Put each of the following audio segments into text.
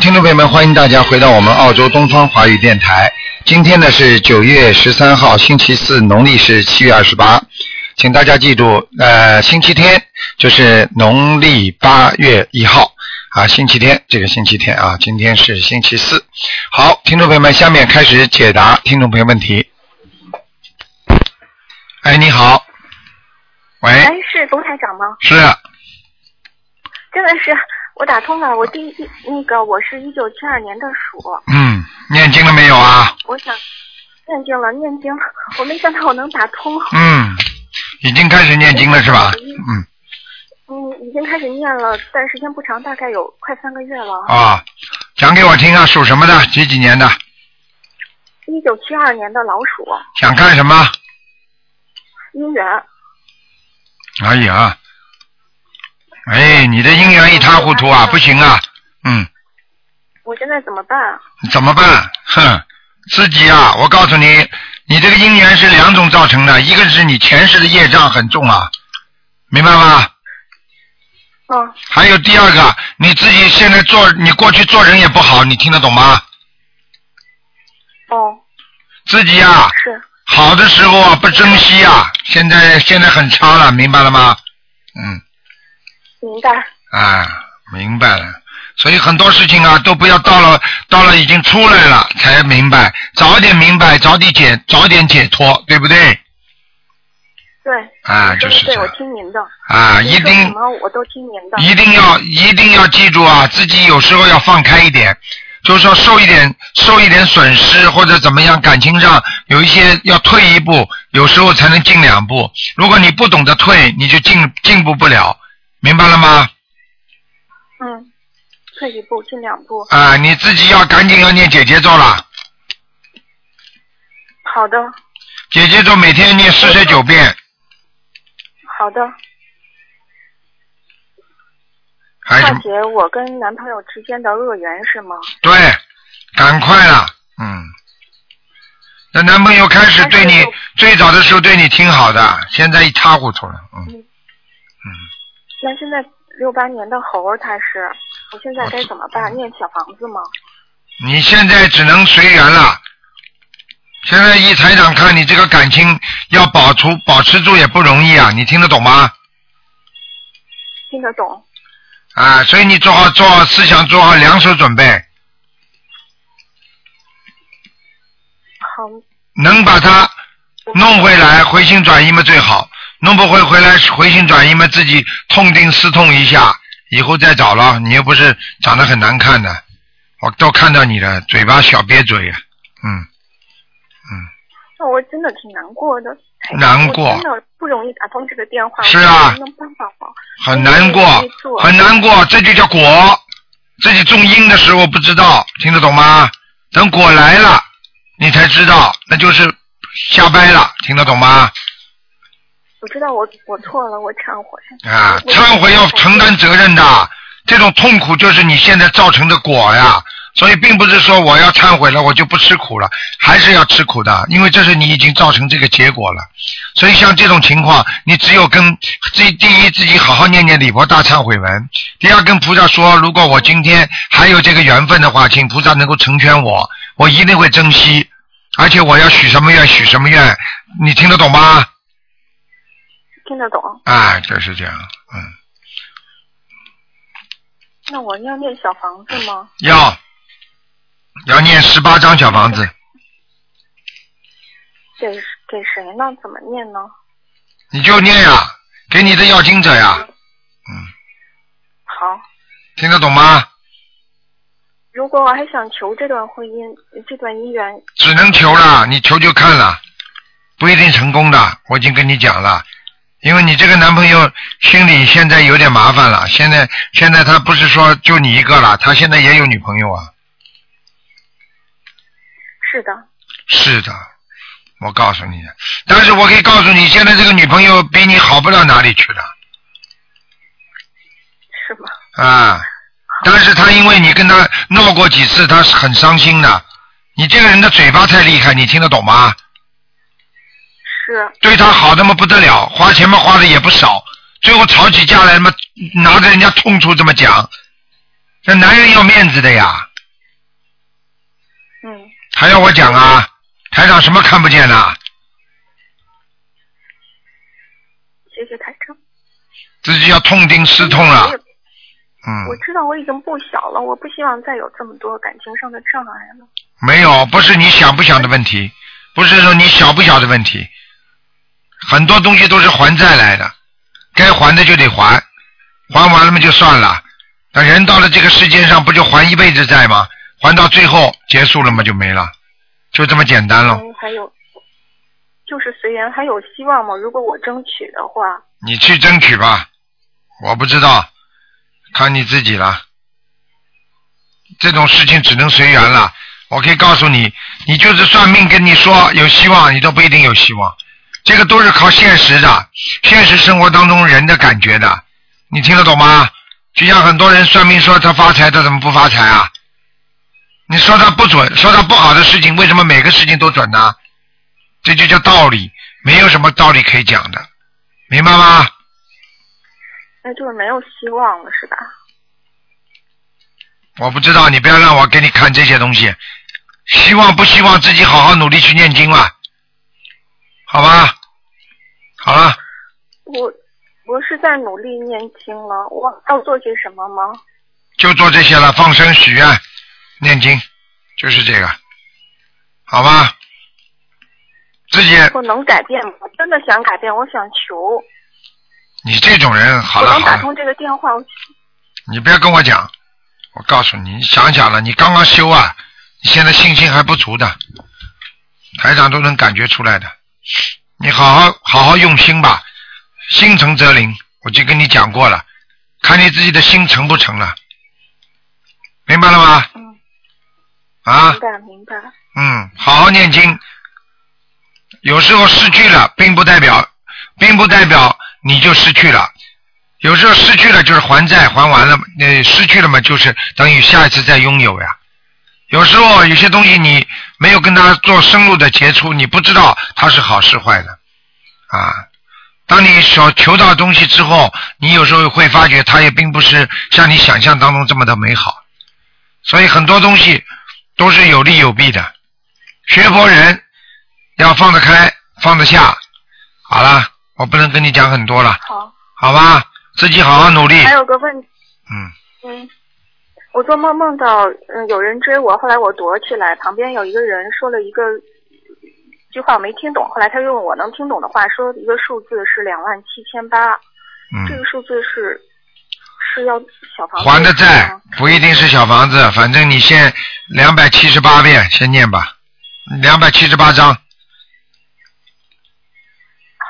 听众朋友们，欢迎大家回到我们澳洲东方华语电台。今天呢是九月十三号，星期四，农历是七月二十八。请大家记住，呃，星期天就是农历八月一号啊，星期天，这个星期天啊，今天是星期四。好，听众朋友们，下面开始解答听众朋友问题。哎，你好，喂，哎，是卢台长吗？是啊真的是，我打通了。我第一那个，我是一九七二年的鼠，嗯，念经了没有啊？我想念经了，念经了，我没想到我能打通，嗯，已经开始念经了是吧？嗯嗯，已经开始念了，但时间不长，大概有快三个月了。啊，讲给我听啊，属什么的？几几年的？一九七二年的老鼠，想干什么？姻缘，哎呀，哎，你的姻缘一塌糊涂啊，不行啊，嗯，我现在怎么办？怎么办？哼，自己啊，我告诉你，你这个姻缘是两种造成的，一个是你前世的业障很重啊，明白吗？哦嗯，还有第二个，你自己现在做，你过去做人也不好，你听得懂吗？哦，自己啊，是，好的时候啊不珍惜啊，现在现在很差了，明白了吗？嗯。明白。啊，明白了。所以很多事情啊，都不要到了到了已经出来了才明白，早点明白，早点解早点解脱，对不对？对，啊，就是这对，我样听您的，啊，您一说什定么我都听您的。一定要一定要记住啊，自己有时候要放开一点，就是说受一点受一点损失或者怎么样，感情上有一些要退一步，有时候才能进两步。如果你不懂得退，你就进进步不了，明白了吗？嗯，退一步，进两步。啊，你自己要赶紧要念姐姐咒了，好的，姐姐咒每天念四十九遍，好的。还有什化么？解我跟男朋友之间的恶缘是吗？对，赶快了，嗯。那男朋友开始对但是你又最早的时候对你挺好的，现在一塌糊涂了，嗯。那现在六八年的猴儿他是，我现在该怎么哦办？念小房子吗？你现在只能随缘了。现在一台长看你这个感情要保持保持住也不容易啊，你听得懂吗？听得懂？啊，所以你做好做好思想，做好两手准备。好，能把它弄回来，回心转意嘛最好；弄不回回来，回心转意嘛自己痛定思痛一下，以后再找了。你又不是长得很难看的，我都看到你了，嘴巴小瘪嘴啊，嗯，那我真的挺难过的。哎难过我真的不容易打通这个电话。是啊能帮帮我？很难过我也没做，很难过，这就叫果。自己种因的时候不知道，听得懂吗？等果来了，你才知道，那就是瞎掰了，听得懂吗？我知道我我错了，我忏悔。啊，忏悔要承担责任的，这种痛苦就是你现在造成的果呀。所以并不是说我要忏悔了，我就不吃苦了，还是要吃苦的，因为这是你已经造成这个结果了。所以像这种情况，你只有跟第第一自己好好念念礼佛大忏悔文，第二跟菩萨说，如果我今天还有这个缘分的话，请菩萨能够成全我，我一定会珍惜，而且我要许什么愿许什么愿，你听得懂吗？听得懂？啊，就是这样，嗯。那我要念小房子吗？要要念十八张小房子，给给谁呢？怎么念呢？你就念呀，给你的要经者呀，好。听得懂吗？如果我还想求这段婚姻，这段姻缘，只能求了，你求就看了，不一定成功的，我已经跟你讲了。因为你这个男朋友心里现在有点麻烦了，现在现在他不是说就你一个了，他现在也有女朋友啊。是的，是的，我告诉你，但是我可以告诉你，现在这个女朋友比你好不到哪里去的。是吗？啊，但是他因为你跟他闹过几次，他是很伤心的。你这个人的嘴巴太厉害，你听得懂吗？是。对他好的嘛不得了，花钱嘛花的也不少，最后吵起架来嘛，拿着人家痛处这么讲。这男人要面子的呀，嗯，还要我讲啊？台长什么看不见呢、谢谢台长。自己要痛定思痛了我。也我嗯，知道我已经不小了，我不希望再有这么多感情上的障碍了。没有，不是你想不想的问题，不是说你小不小的问题，很多东西都是还债来的，该还的就得还，还完了嘛就算了。那人到了这个世界上，不就还一辈子债吗？还到最后结束了嘛就没了，就这么简单了。嗯，还有，就是随缘，还有希望吗？如果我争取的话，你去争取吧，我不知道，看你自己了。这种事情只能随缘了。我可以告诉你，你就是算命跟你说有希望，你都不一定有希望。这个都是靠现实的，现实生活当中人的感觉的，你听得懂吗？就像很多人算命说他发财，他怎么不发财啊？你说他不准，说他不好的事情，为什么每个事情都准呢？这就叫道理，没有什么道理可以讲的，明白吗？那就是没有希望了，是吧？我不知道，你不要让我给你看这些东西。希望不希望自己好好努力去念经吧，好吧？好了，我我是在努力念经了，我要做些什么吗？就做这些了，放生、许愿、念经，就是这个，好吧？自己，我能改变吗？我真的想改变，我想求，你这种人，好我了能好打了，通这个电话，我你不要跟我讲，我告诉你，你想想了，你刚刚修啊，你现在信心还不足的，台长都能感觉出来的。你好好好好用心吧，心诚则灵，我就跟你讲过了，看你自己的心诚不诚了，明白了吗？嗯，啊明，白明白，嗯，好好念经。有时候失去了，并不代表，并不代表你就失去了。有时候失去了就是还债，还完了，呃，失去了嘛，就是等于下一次再拥有呀。有时候有些东西你没有跟他做深入的接触，你不知道它是好是坏的，啊。当你所求到的东西之后，你有时候会发觉它也并不是像你想象当中这么的美好，所以很多东西都是有利有弊的。学佛人要放得开，放得下。好了，我不能跟你讲很多了，好。好吧？自己好好努力。还有个问嗯，嗯，我做梦梦到嗯有人追我，后来我躲起来，旁边有一个人说了一个一句话我没听懂，后来他用我能听懂的话说一个数字是两万七千八，这嗯，个数字是是要小房子哦还的债吗不一定是小房子，反正你先两百七十八遍先念吧，两百七十八章，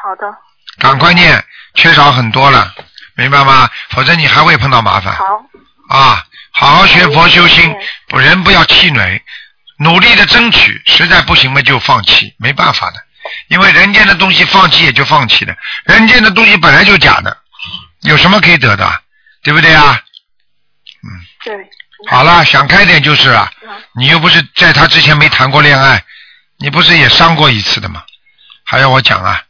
好的，赶快念，缺少很多了，明白吗？否则你还会碰到麻烦好，啊！好好学佛修心嗯，不人不要气馁，努力的争取，实在不行嘛就放弃，没办法的，因为人间的东西放弃也就放弃了，人间的东西本来就假的，有什么可以得的，对不对啊？对，好了，想开点就是了。嗯你又不是在他之前没谈过恋爱，你不是也伤过一次的吗？还要我讲啊？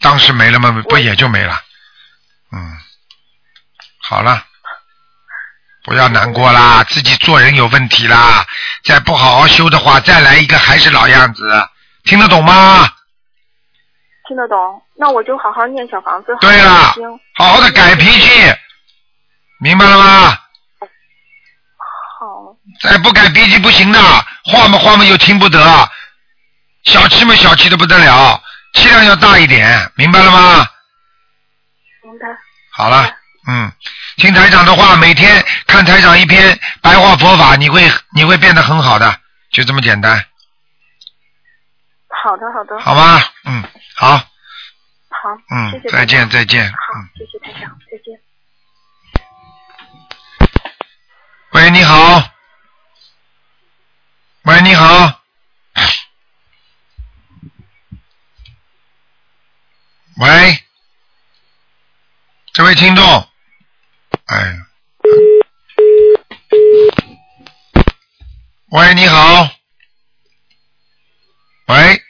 当时没了吗？不也就没了。嗯，好了，不要难过啦，自己做人有问题啦，再不好好修的话，再来一个还是老样子，听得懂吗？听得懂，那我就好好念小房子，好好对了念经，好好的改脾气，明白了吗？好，再不改脾气不行的，话嘛话嘛又听不得，小气嘛小气的不得了，气量要大一点，明白了吗？明白，好了，嗯，听台长的话，每天看台长一篇白话佛法，你会你会变得很好的，就这么简单，好的，好的，好吗？嗯，好，好，谢嗯谢，再见台长再见，好嗯，，谢谢台长，再见。喂，你好，喂，你好，喂，这位听众，哎，喂，你好，喂，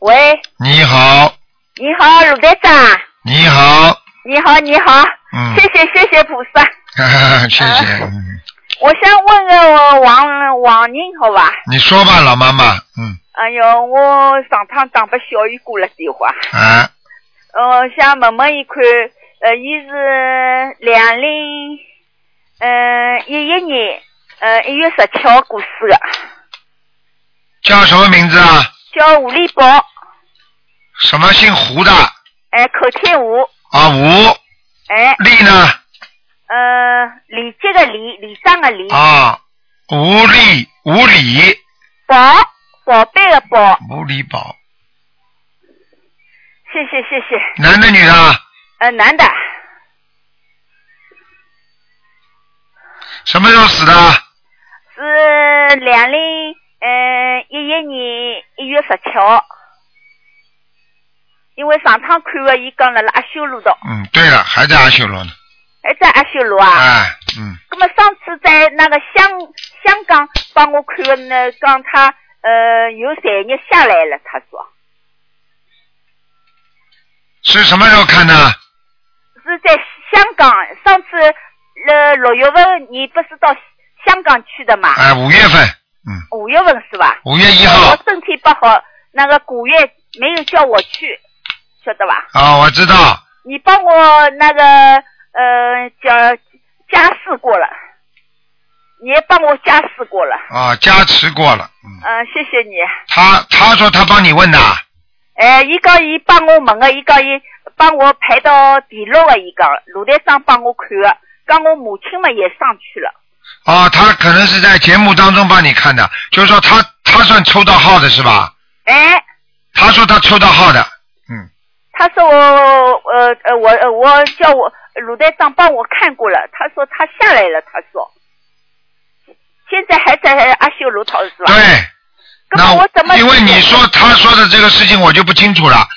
喂，你好，你好，鲁队长，你好，你好，你好，嗯谢，谢谢谢菩萨，哈哈，谢谢，嗯我我想问个王王人好吧？你说吧，老妈妈，嗯，哎呦，我上趟打拨小姨挂了电话，啊，呃，想问问伊看，呃，伊是两零，嗯、一一年，呃，一月十七号过世的，叫什么名字啊？叫吴立宝，什么姓胡的？哎，口天吴，啊，吴哎，丽呢？呃，李杰的李，李章的李，啊，吴丽，吴礼，宝，宝贝的宝，吴礼宝，谢谢谢谢，男的女啊的？呃，男的，什么时候死的？是两零，嗯、一一年一呃月十七号，因为上趟看的伊讲了辣阿修罗道，嗯，对了，还在阿修罗呢。还在阿修罗啊。哎，嗯，那么上次在那个香香港帮我看的呢，讲他呃有财孽下来了，他说是什么时候看的？是在香港。上次呃六月份你不是到香港去的嘛？哎，五月份，嗯，五月份是吧？五月一号我。身体不好，那个古月没有叫我去，晓得吧？啊，我知道，你帮我那个呃加加试过了，你也帮我加试过了，啊，加持过了，嗯，嗯、谢谢你。他他说他帮你问的，哎，伊讲伊帮我问个，伊讲伊帮我排到第六个，伊讲卢台长帮我看个，讲我母亲嘛也上去了，啊，他可能是在节目当中帮你看的，就是说他他算抽到号的是吧？哎，他说他抽到号的，嗯，他说我呃呃我呃我叫我卢台长帮我看过了，他说他下来了，他说现在还在阿修罗头是吧？对，那哎那么我怎么因为你说他说的这个事情我就不清楚啊了。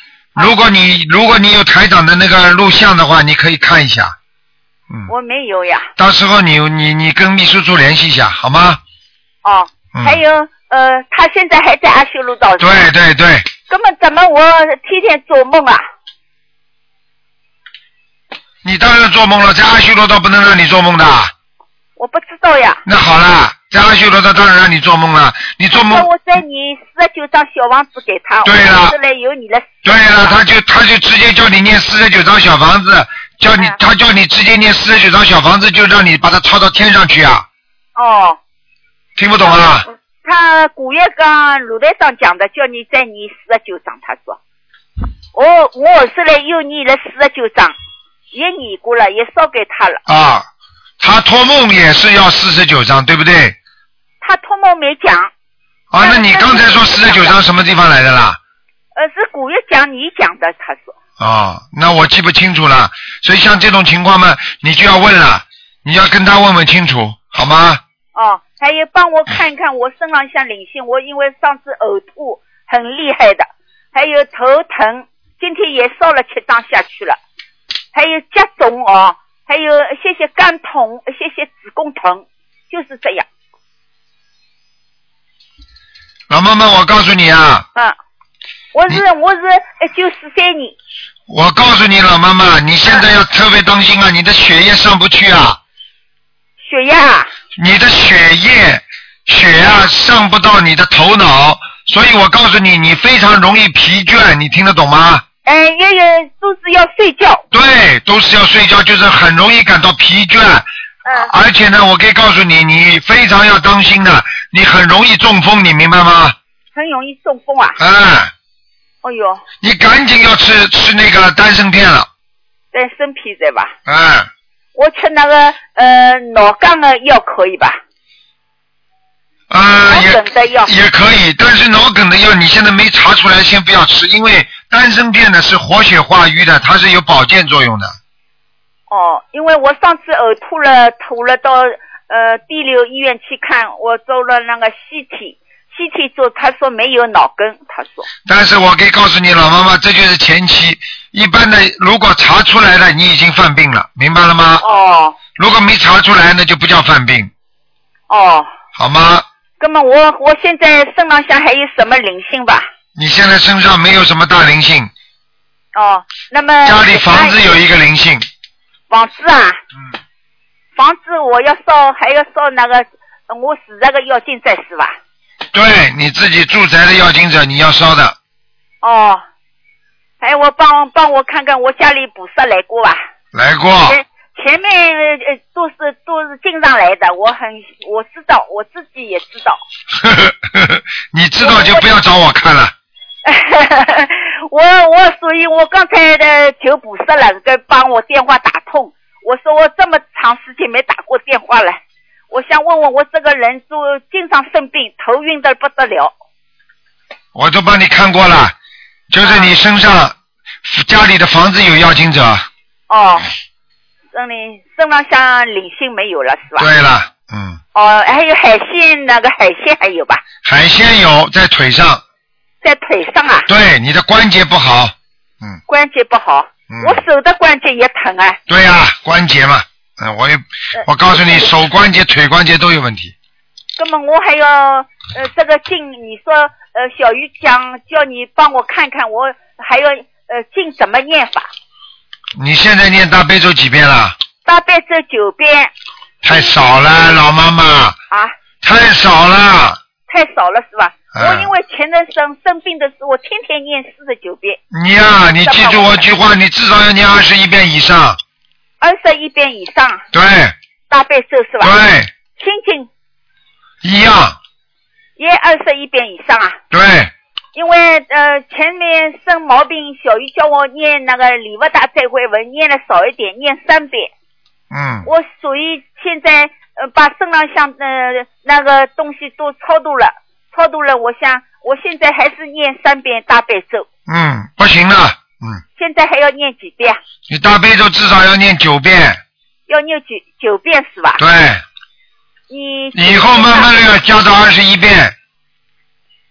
如果你如果你有台长的那个录像的话，你可以看一下，嗯，我没有呀？到时候你你你跟秘书处联系一下好吗？哦，嗯还有呃，他现在还在阿修罗道是吧？对对对，根本怎么我天天做梦啊？你当然做梦了，在阿修罗道不能让你做梦的。我不知道呀。那好了，在阿修罗道当然让你做梦了，你做梦那。我在你四十九张小王子给他，对了后来有你的。对了，他就他就直接叫你念四十九张小房子，叫你嗯他叫你直接念四十九张小房子，就让你把它抄到天上去啊！哦，听不懂啊？他古月刚鲁台长讲的，叫你在你四十九张，他说，我我后来又念了四十九张，也念过了，也烧给他了。啊，他托梦也是要四十九张，对不对？他托梦没讲，啊，嗯那你刚才说嗯四十九张什么地方来的啦？呃，是古月讲你讲的，他说，哦，那我记不清楚了。所以像这种情况嘛，你就要问了，你要跟他问问清楚，好吗？哦，还有帮我看看我身上像灵性，我因为上次呕吐很厉害的，还有头疼，今天也烧了七张下去了，还有脚肿哦，还有谢谢肝痛，谢谢子宫疼，就是这样，老妈妈，我告诉你啊，嗯，我是我是一九四三年，我告诉你，老妈妈，你现在要特别当心啊，你的血液上不去啊。血啊压你的血液血啊上不到你的头脑，所以我告诉你，你非常容易疲倦，你听得懂吗？嗯，月月都是要睡觉，对，都是要睡觉，就是很容易感到疲倦，嗯，而且呢，我可以告诉你，你非常要当心的，你很容易中风，你明白吗？很容易中风啊，嗯，哎呦，你赶紧要吃吃那个丹参片了，在生皮在吧？嗯，我吃那个呃脑干的药可以吧？呃脑也梗的药。也可以，但是脑梗的药你现在没查出来，先不要吃，因为丹参片呢是活血化瘀的，它是有保健作用的。哦，因为我上次呕吐了，吐了到呃第六医院去看，我做了那个 CT。CT 做，他说没有脑梗，他说，但是我可以告诉你，老妈妈，这就是前期。一般的，如果查出来了，你已经犯病了，明白了吗？哦如果没查出来，那就不叫犯病，哦，好吗？那么我我现在身上像还有什么灵性吧？你现在身上没有什么大灵性，哦，那么哎家里房子有一个灵性，房子啊，嗯，房子我要烧，还要烧那个呃我住宅的要金债是吧？对你自己住宅的要经者，你要烧的，哦，哎，我帮帮我看看我家里菩萨来过吧？来过，前前面呃呃都是都是经常来的，我很我知道，我自己也知道。 你知道就不要找我看了。我我所以，我刚才的求菩萨了，跟帮我电话打通。我说我这么长时间没打过电话了，我想问问我这个人就经常生病，头晕的不得了。我都帮你看过了，就是你身上家里的房子有要经者。哦，这里身上像灵性没有了是吧？对了，嗯，哦，还有海鲜那个海鲜还有吧，海鲜有在腿上，在腿上啊，对你的关节不好，嗯关节不好，嗯，我手的关节也疼啊。对呀、关节嘛，嗯，我也我告诉你，手关节、腿关节都有问题。那么我还要呃，这个经你说呃，小鱼讲叫你帮我看看，我还要呃经怎么念法？你现在念大悲咒几遍了？大悲咒九遍太少了，老妈妈，啊，太少了。太少了是吧？嗯我因为前人生生病的时候，我天天念四十九遍，你呀、你记住我句话，你至少要念二十一遍以上。二十一遍以上对大悲咒是吧？对，心经一样也二十一遍以上啊。对，因为呃前面生毛病，小鱼叫我念那个礼佛大忏悔文，念的少一点，念三遍。嗯，我属于现在呃把身上像呃那个东西都超度了，超度了，我想我现在还是念三遍大悲咒，嗯，不行了，嗯，现在还要念几遍？啊你大悲咒至少要念九遍，要念九九遍是吧？对，你 啊以后慢慢的要加到二十一遍，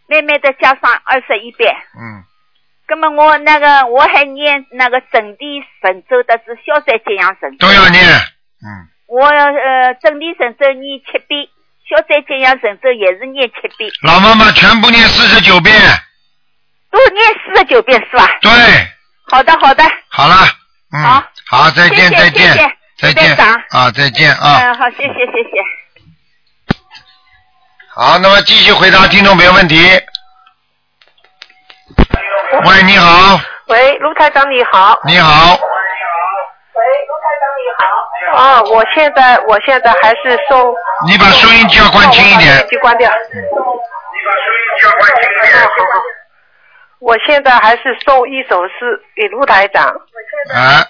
慢慢的加上二十一遍。嗯，那么我那个我还念那个整地神咒的是消灾解阳神咒，都要念，嗯，我呃整地神咒念七遍，消灾解阳神咒也是念七遍，老妈妈全部念四十九遍，都念四十九遍是吧？对，好的好的，好了，嗯，好好，再见，谢谢再见，谢谢再台见长啊，再见嗯、啊，好，谢谢谢谢。好，那么继续回答听众朋友问题。喂，你好，喂，卢台长你好。你好，哎啊，我现在我现在还是收。你把收音机要嗯关轻一点嗯就关掉。嗯我现在还是收一首诗给卢台长。啊，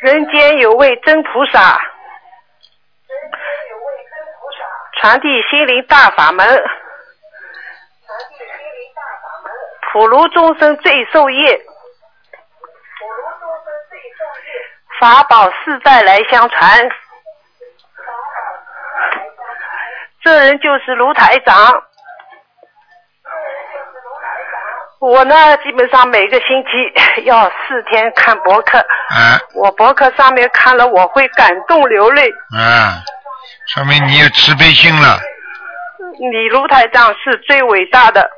人间有位真菩萨，传递心灵大法门，普如众生最受业，法宝世代来相传。这人就是卢台长。我呢，基本上每个星期 要四天看博客。啊，我博客上面看了，我会感动流泪。啊，说明你有慈悲心了，你卢台长是最伟大的，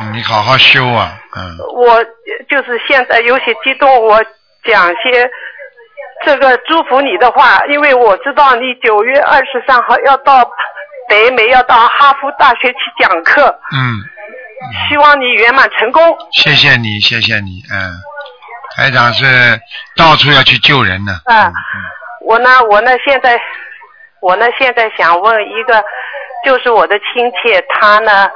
嗯你好好修啊，嗯，我就是现在有些激动，我讲些这个祝福你的话，因为我知道你九月二十三号要到北美，要到哈佛大学去讲课，嗯，希望你圆满成功。谢谢你，谢谢你，嗯，台长是到处要去救人呢，啊，我呢，我呢现在，我呢现在想问一个，就是我的亲戚，他呢，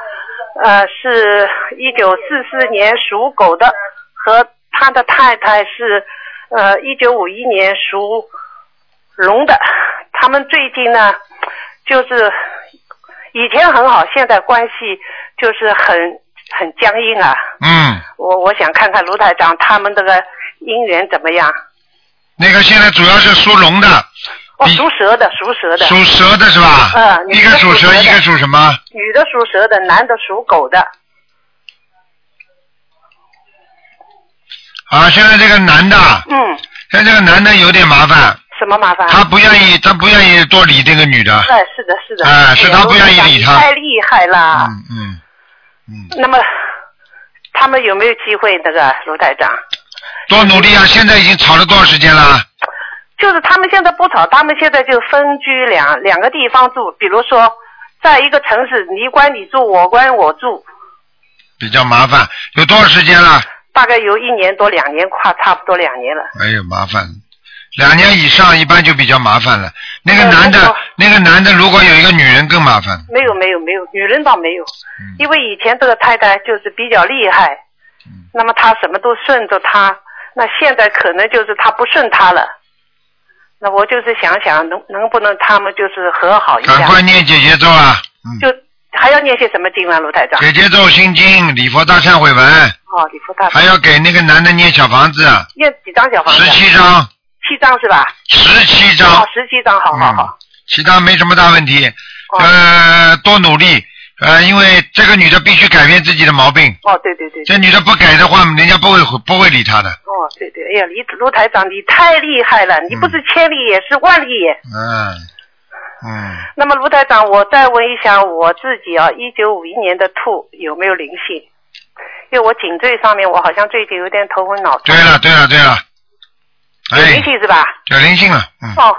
呃，是一九四四年属狗的，和他的太太是，呃，一九五一年属龙的，他们最近呢，就是以前很好，现在关系就是很很僵硬啊。嗯，我我想看看卢台长他们这个姻缘怎么样。那个现在主要是属龙的，哦，比属蛇的，属蛇的，属蛇的是吧？嗯一个属蛇，一个属什么？女的属蛇的，男的属狗的。啊，现在这个男的，嗯，啊现在这个男的有点麻烦，什么麻烦？他不愿意，他不愿意多理这个女的。哎，是的，是的。哎是他不愿意理他太厉害了。嗯嗯嗯，那么，他们有没有机会？那个卢台长，多努力啊！现在已经吵了多少时间了？就是他们现在不吵，他们现在就分居两两个地方住，比如说在一个城市，你管你住，我管我住，比较麻烦。有多少时间了？大概有一年多两年，快差不多两年了。哎呦，麻烦。两年以上一般就比较麻烦了。那个对男没的错，那个男的如果有一个女人更麻烦。没有没有没有，女人倒没有，嗯因为以前这个太太就是比较厉害，嗯那么她什么都顺着她，那现在可能就是她不顺她了。那我就是想想能能不能他们就是和好一赶下，快念姐姐咒啊！嗯，就还要念些什么经啊，卢台长？姐姐咒心经、礼佛大忏悔文，哦，礼佛大还忏，要给那个男的念小房子，啊念几张小房子十啊？七张，七张是吧？十七张嗯哦，，十七张，好好好。其他没什么大问题。哦呃，多努力，呃，因为这个女的必须改变自己的毛病，哦，对对对。这女的不改的话，人家不会不会理她的。哦，对对，哎呀，你卢台长，你太厉害了，你不是千里也是万里也。嗯嗯，那么卢台长，我再问一下我自己啊，一九五一年的兔有没有灵性？因为我颈椎上面，我好像最近有点头昏脑胀对，了对了对了，有灵哎，性是吧？有灵性了，嗯，哦，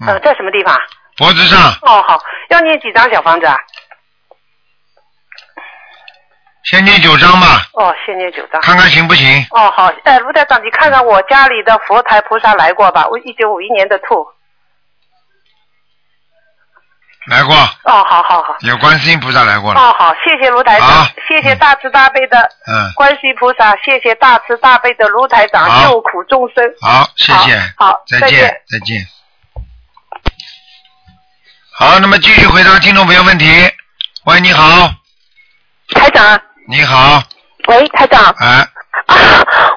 嗯呃，在什么地方？脖子上哦，好，要念几张小房子啊？先念九章吧，哦，先念九张。看看行不行？哦，好，哎，卢台长，你看看我家里的佛台菩萨来过吧？我一九五一年的兔。来过，哦，好好好。有观世音菩萨来过了，哦，好，谢谢卢台长好，谢谢大慈大悲的嗯，观世音菩萨，谢谢大慈大悲的卢台长好救苦众生。好，谢谢，好好再再见见，再见。好，那么继续回答听众朋友问题。喂，你好，台长，你好，喂，台长哎啊，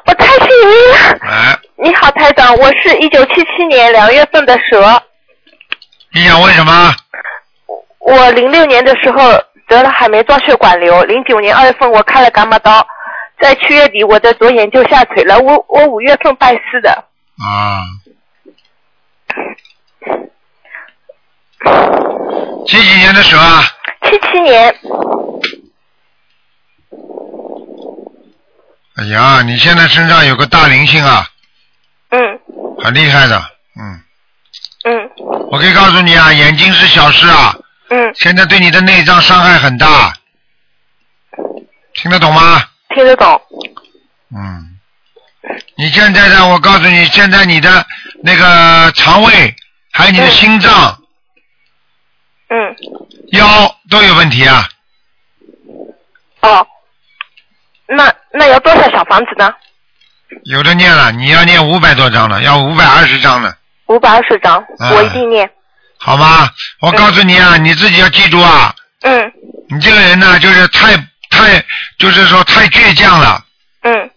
我太幸运了。哎，你好，台长，我是一九七七年两月份的蛇，你想问什么？我零六年的时候得了海绵状血管瘤，零九年二月份我开了伽马刀，在七月底我的左眼就下垂了，我我五月份拜师的，啊，几几年的蛇啊？七七年 哎呀，你现在身上有个大灵性啊，嗯很厉害的，嗯，嗯我可以告诉你啊，眼睛是小事啊，嗯，现在对你的内脏伤害很大，听得懂吗？听得懂，嗯，你现在呢？我告诉你，现在你的那个肠胃，还有你的心脏、嗯腰都有问题啊。哦，那那要多少小房子呢？有的念了，你要念五百多张了，要五百二十张了，五百二十张，嗯我一定念，好吗？我告诉你啊，你自己要记住啊，嗯你这个人呢，就是太太，就是说太倔强了，嗯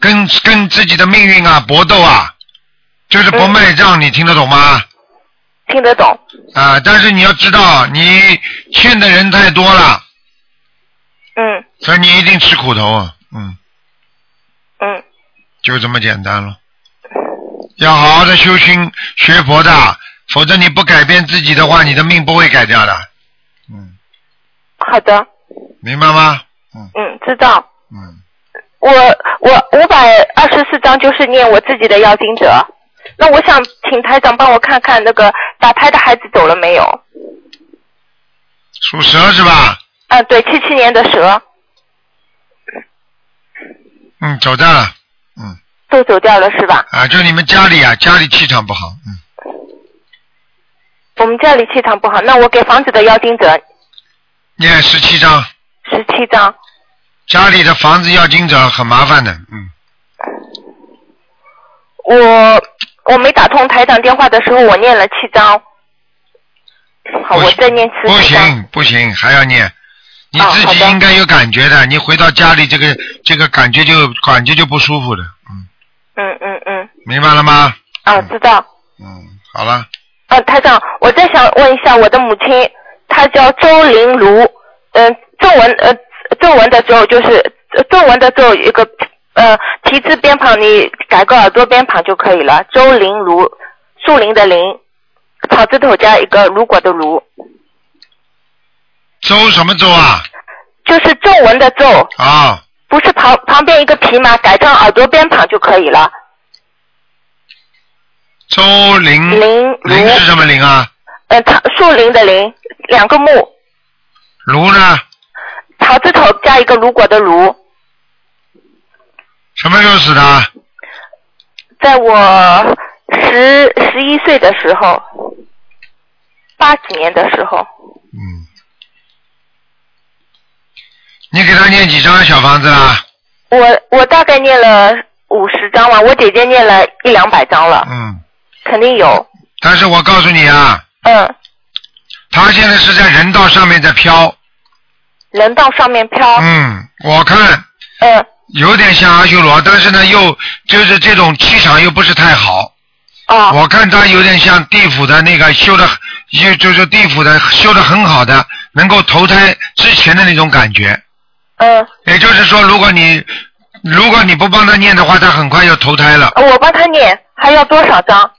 跟跟自己的命运啊搏斗啊，就是不卖账，你听得懂吗？听得懂，啊，但是你要知道，你欠的人太多了，嗯所以你一定吃苦头啊，嗯。嗯就这么简单了。要好好的修心学佛的，否则你不改变自己的话，你的命不会改掉的。嗯，好的，明白吗？嗯嗯知道。嗯，我我五百二十四张就是念我自己的要经者。那我想请台长帮我看看那个打胎的孩子走了没有？属蛇是吧？啊，对，七七年的蛇嗯，走掉了。嗯都走掉了是吧？啊，就你们家里啊，家里气场不好。嗯，我们家里气场不好，那我给房子的要经者念十七章，十七张。家里的房子要经者很麻烦的。嗯，我我没打通台长电话的时候，我念了七张。不好，我行再念十不七张。行不行，还要念。你哦自好己的应该有感觉的，你回到家里这个这个感觉就感觉就不舒服的。嗯，嗯嗯嗯，明白了吗？啊，知道。嗯，好了。啊，台长，我再想问一下，我的母亲，她叫周玲如，嗯、正文呃正文的周就是呃正文的周有一个呃提字边旁，你改个耳朵边旁就可以了。周玲如，树林的林，草字头加一个如果的如，周什么周啊？就是正文的周，啊、不是旁旁边一个匹马，改成耳朵边旁就可以了。周玲林玲是什么玲啊？呃，桃树林的林，两个木，卢呢？草字头加一个如果的如，什么时候死的啊？在我十十一岁的时候，八几年的时候，嗯，你给他念几张小房子啦？我我大概念了五十张吧，我姐姐念了一两百张了，嗯，肯定有，但是我告诉你啊，嗯，他现在是在人道上面在飘，人到上面飘，嗯，我看嗯，有点像阿修罗，但是呢又就是这种气场又不是太好，哦，我看他有点像地府的那个修的，就就是地府的修的很好的，能够投胎之前的那种感觉。嗯，也就是说，如果你如果你不帮他念的话，他很快就投胎了。我帮她念，还要多少张？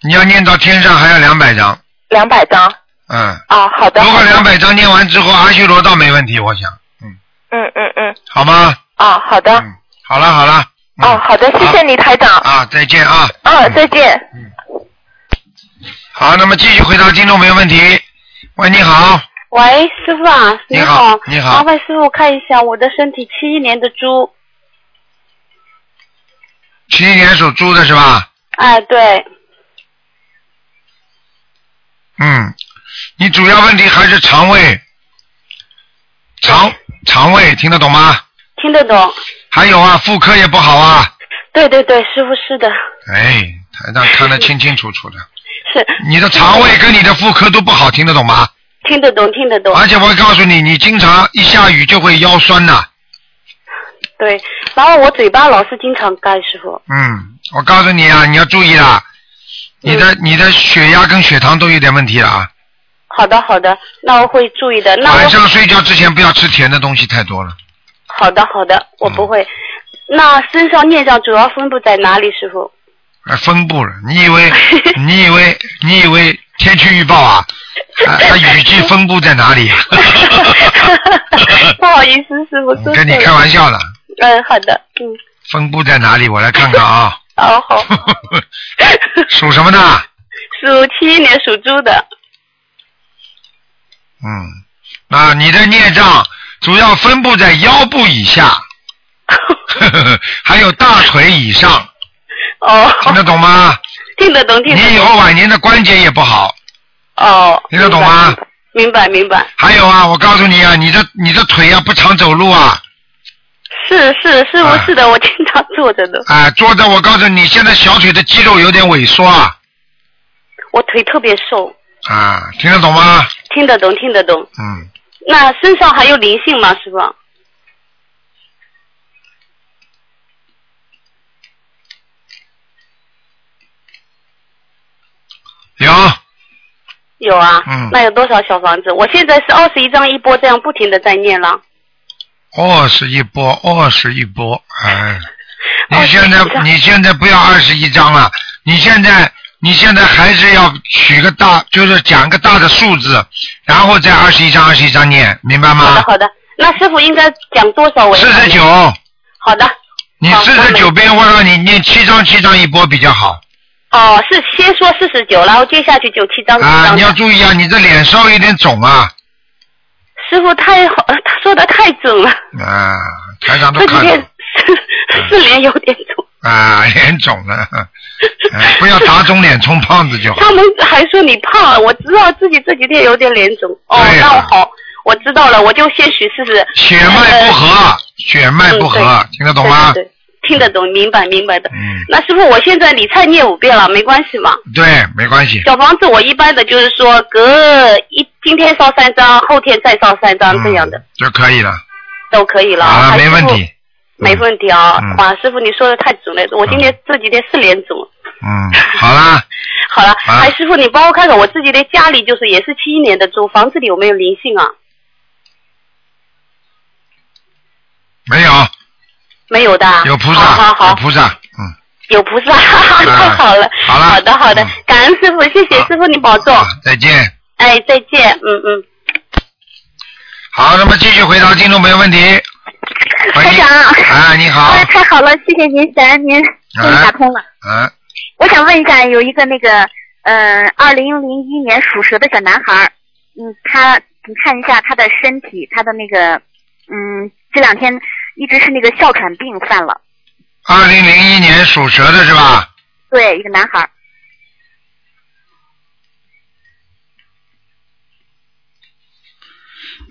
你要念到天上还要两百张，两百张。嗯。啊，好的。如果好的两百张念完之后，阿修罗倒没问题，我想，嗯，嗯嗯嗯，好吗？啊，好的。嗯，好了好了。嗯、哦，好的，谢谢你台长。啊，再见啊。嗯啊，再见。好，那么继续回答听众朋友问题。喂，你好，喂，师傅啊，你好好，你好麻烦师傅看一下我的身体，七一年的猪，七一年属猪的是吧？哎，对，嗯，你主要问题还是肠胃，肠肠胃听得懂吗？听得懂？还有啊，妇科也不好啊。对对对，师傅是的，哎，台上看得清清楚楚的，是你的肠胃跟你的妇科都不好，听得懂吗？听得懂，听得懂。而且我告诉你，你经常一下雨就会腰酸呐、对，然后我嘴巴老是经常干，师傅。嗯，我告诉你啊，你要注意啦，嗯你的、你的血压跟血糖都有点问题了啊。好的好的，那我会注意的。那晚我上睡觉之前不要吃甜的东西太多了。好的好的，我嗯不会。那身上孽障主要分布在哪里，师傅？ 哎，分布了，你以为你以为你以为天气预报啊？啊， 它雨季分布在哪里、啊？不好意思，师傅，说嗯跟你错了开玩笑了，嗯，好的，嗯，分布在哪里？我来看看啊。哦好， 属什么的？属七一年属猪的，嗯，啊，你的孽障主要分布在腰部以 下，还有大腿以上，哦，听得懂吗？听得懂，听得你以懂。后晚年的关节也不好。哦，听得懂吗明白？明白，明白。还有啊，我告诉你啊，你的你的腿啊不常走路啊，是是师傅啊是的，我经常坐着的，啊，坐着我告诉你，现在小腿的肌肉有点萎缩啊，我腿特别瘦，啊，听得懂吗？听得懂，听得懂。嗯，那身上还有灵性吗，师傅？有，有啊，嗯那有多少小房子？我现在是二十一张一波，这样不停的在念了。二十一波，二十一波，哎，你21现在张你现在不要二十一张了，你现在你现在还是要取个大，就是讲个大的数字，然后再二十一张二十一张念，明白好的吗？好的，那师傅应该讲多少为？四十九，好的，你好四十九我遍，我让你念七张七张一波比较好。哦，是先说四十九，然后接下去九七张。啊，七你要张注意啊，你这脸稍微有点肿啊，师傅太好，呃他说的太准了，啊，台长都这几看到天了是嗯是脸有点肿。啊，脸肿了，哎不要打肿脸充胖子就好他。们还说你胖了，我知道自己这几天有点脸肿。哦，对呀那我好，我知道了，我就先许试试。血脉不和，血脉不和，听得懂吗？嗯对对对，听得懂，明白明白的。嗯，那师傅，我现在理菜念五遍了，没关系嘛。对，没关系。小房子我一般的就是说隔一今天烧三张，后天再烧三张、嗯这样的就可以了，都可以了。好了，啊没问。师题。傅没问题啊！嗯哇，师傅你说的太准了，我今天这几天是脸肿。嗯，好啦，好了，啊哎，师傅，你帮我看看我自己的家里，就是也是七一年的猪，房子里有没有灵性啊？没有，没有的啊。有菩好好萨，有好，菩萨，嗯，啊有菩萨， 太好了。好了好的好的嗯，感恩师傅，谢谢好师傅，你保重。啊再见。哎，再见，嗯嗯。好，那么继续回答听众朋友问题。喂，台长啊，你好，哎，太好了，谢谢您，感恩您终于哎打通了。啊，我想问一下，有一个那个，呃，二零零一年属蛇的小男孩儿，嗯，他你看一下他的身体，他的那个，嗯，这两天一直是那个哮喘病犯了，二零零一年属蛇的是吧？对，一个男孩儿，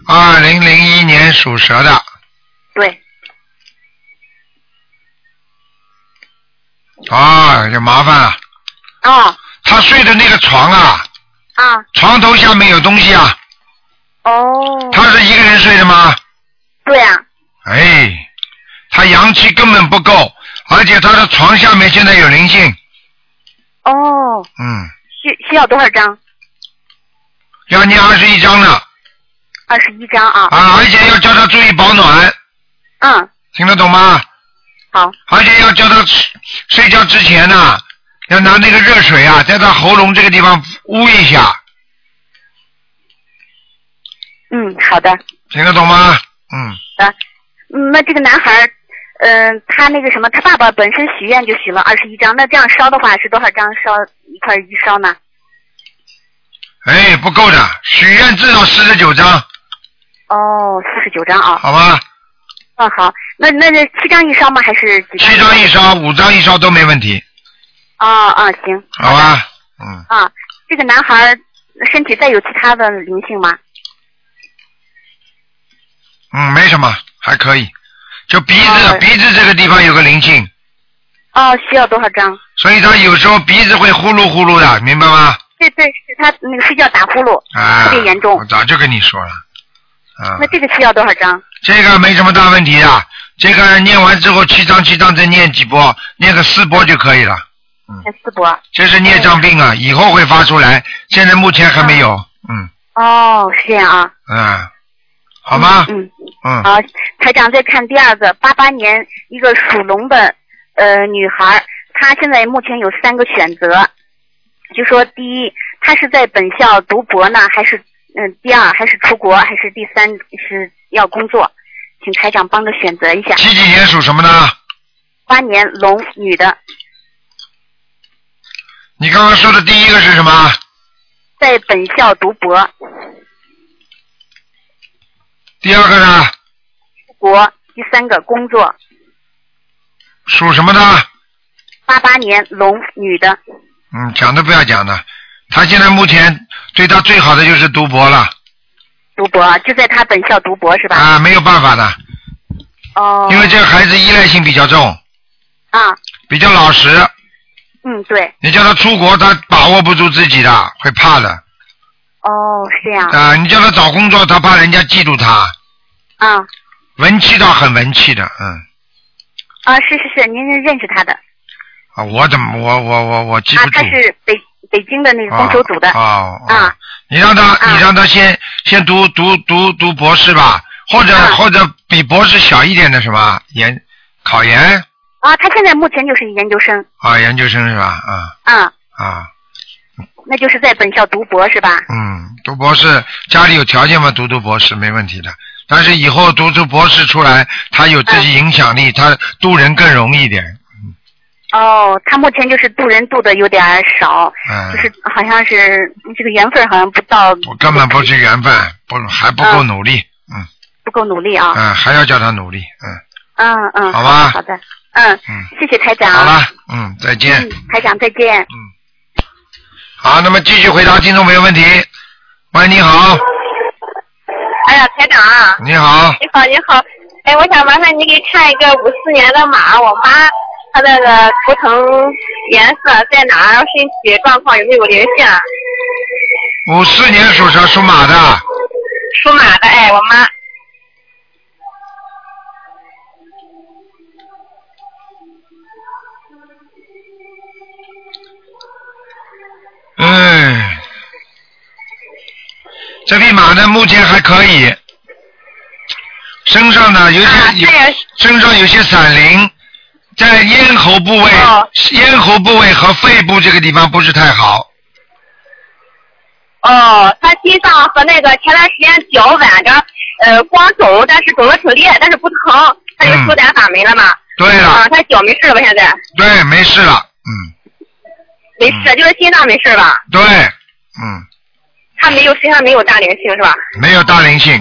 二零零一年属蛇的，对，啊，就麻烦了。哦，他睡的那个床啊，啊，床头下面有东西啊。哦，他是一个人睡的吗？对啊，哎，他阳气根本不够，而且他的床下面现在有灵性。哦，嗯，需需要多少张？要念二十一章呢二十一张啊，啊，而且要叫他注意保暖，嗯，听得懂吗？好，而且要叫他睡睡觉之前呢、要拿那个热水啊，在他喉咙这个地方捂一下，嗯，好的，听得懂吗？嗯，嗯，那这个男孩儿，嗯、他那个什么，他爸爸本身许愿就许了二十一张，那这样烧的话是多少张烧一块儿一烧呢？哎，不够的，许愿至少四十九章，哦，四十九张啊。好吧？嗯，好，那那那七张一烧吗？还是几张？七张一。烧，五张一烧都没问题，啊啊，行好吧？嗯，啊。这个男孩儿身体再有其他的灵性吗？嗯，没什么，还可以。就鼻子，哦鼻子这个地方有个灵性，哦，需要多少张？所以他有时候鼻子会呼噜呼噜的，明白吗？对对，是他那个睡觉打呼噜。啊，特别严重我早就跟你说了，啊那，这个需要多少张？这个没什么大问题的，这个念完之后七章七章再念几波，念个四波就可以了。那四博。嗯这是孽障病嗯啊，以后会发出来，现在目前还没有。嗯哦，是这样啊。嗯，好吗？嗯，嗯，好，台长再看第二个，八八年一个属龙的呃女孩儿，她现在目前有三个选择，就说第一，她是在本校读博呢，还是嗯、第二还是出国，还是第三是要工作，请台长帮着选择一下。几几年属什么呢？八年龙女的，你刚刚说的第一个是什么？在本校读博，第二个呢？出国，第三个工作，属什么的？八八年龙女的，嗯，讲都不要讲了。他现在目前对他最好的就是读博了读博就在她本校读博是吧？啊，没有办法的，哦，因为这个孩子依赖性比较重，啊，比较老实。嗯，对。你叫他出国，他把握不住自己的，会怕的。哦，是这样啊、你叫他找工作，他怕人家嫉妒他。啊文气倒很文气的，嗯。啊，是是是，您是认识他的啊，啊？我怎么我我我我记不住他。是北北京的那个工手组的啊啊啊你让他，啊你让他先先读读读读博士吧，或者、啊或者比博士小一点的什么研考研啊，他现在目前就是研究生啊研究生是吧？啊啊，啊那就是在本校读博是吧？嗯，读博士家里有条件嘛，读读博士没问题的。但是以后读出博士出来，他有自己影响力，他渡人更容易一点。哦，他目前就是渡人渡的有点儿少，嗯，就是好像是这个缘分好像不到，我根本不是缘分，不还不够努力，嗯不够努力啊。嗯，还要叫他努力，嗯嗯嗯，好好吧的好的，嗯，嗯，谢谢台长。好了，嗯，再见。嗯，台长再见。好，那么继续回答听众朋友问题。喂，你好，哎呀，台长啊，你好，你好，你好，哎，我想麻烦你给看一个五四年的马，我妈她那个图腾颜色在哪儿，然后身体状况有没有灵性啊？五四年属蛇属马的，属马的，哎，我妈，嗯，这匹马呢目前还可以，身上呢有些、啊，有这也是身上有些闪灵，在咽喉部位、哦咽喉部位和肺部这个地方不是太好，哦，她心脏和那个前段时间脚崴着，呃，光肿，但是肿的挺厉害，但是不疼，她就嗯修咱法门了嘛。对了，啊，她脚没事了吧？现在？对，没事了，嗯，没事，就是心脏没事吧？对，嗯，他没有身上没有大灵性是吧？没有大灵性，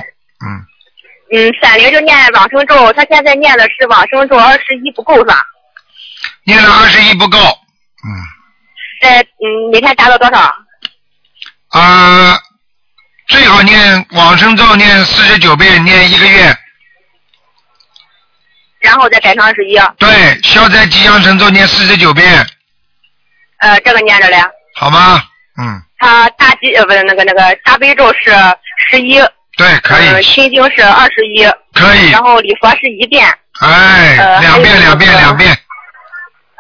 嗯，闪灵就念往生咒，他现在念的是往生咒二十一不够是吧？念了二十一不够，呃，嗯，每天达到多少？呃，最好念往生咒念四十九遍，念一个月。然后再改成二十一，对，消灾吉祥神咒念四十九遍，呃，这个念着嘞。好吗？他大吉呃不是那个那个大悲咒是十一，对，可以，呃，心经是二十一，可以然后礼佛是一遍，哎，呃两遍还有两遍那个两遍，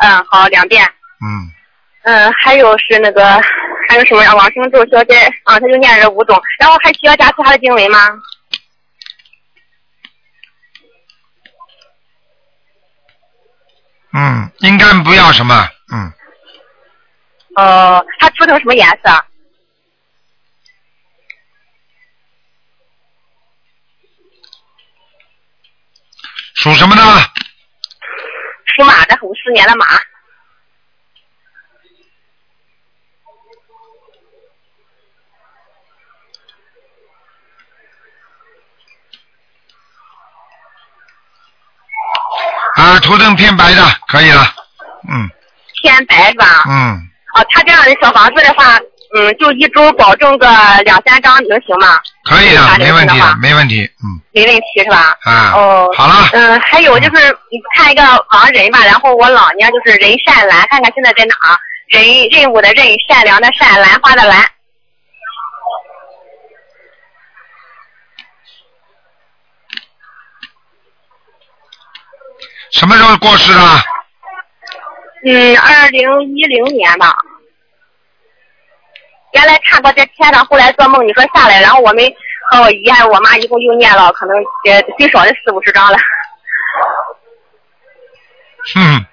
嗯，好，两遍。嗯。嗯，还有是那个，还有什么呀？往生咒、消灾啊，他就念着五种，然后还需要加其他的经文吗？嗯，应该不要什么，嗯，呃，他图腾什么颜色？属什么呢？属马的，五四年的马。啊，图腾偏白的，可以了，偏白是吧？嗯，哦，他这样的小房子的话，嗯，就一周保证个两三张能行吗？可以大的，灵没问性题的话的，没问题，嗯，没问题是吧？啊哦，好了嗯，还有就是你看一个亡人吧，然后我姥娘就是任善兰，看看现在在哪儿？任任务的任，善良的善，兰花的兰。什么时候过世的？嗯，二零一零年吧。原来看过在天上，后来做梦你说下来，然后我们和我姨还有我妈一共又念了可能也最少是四五十章了。哼，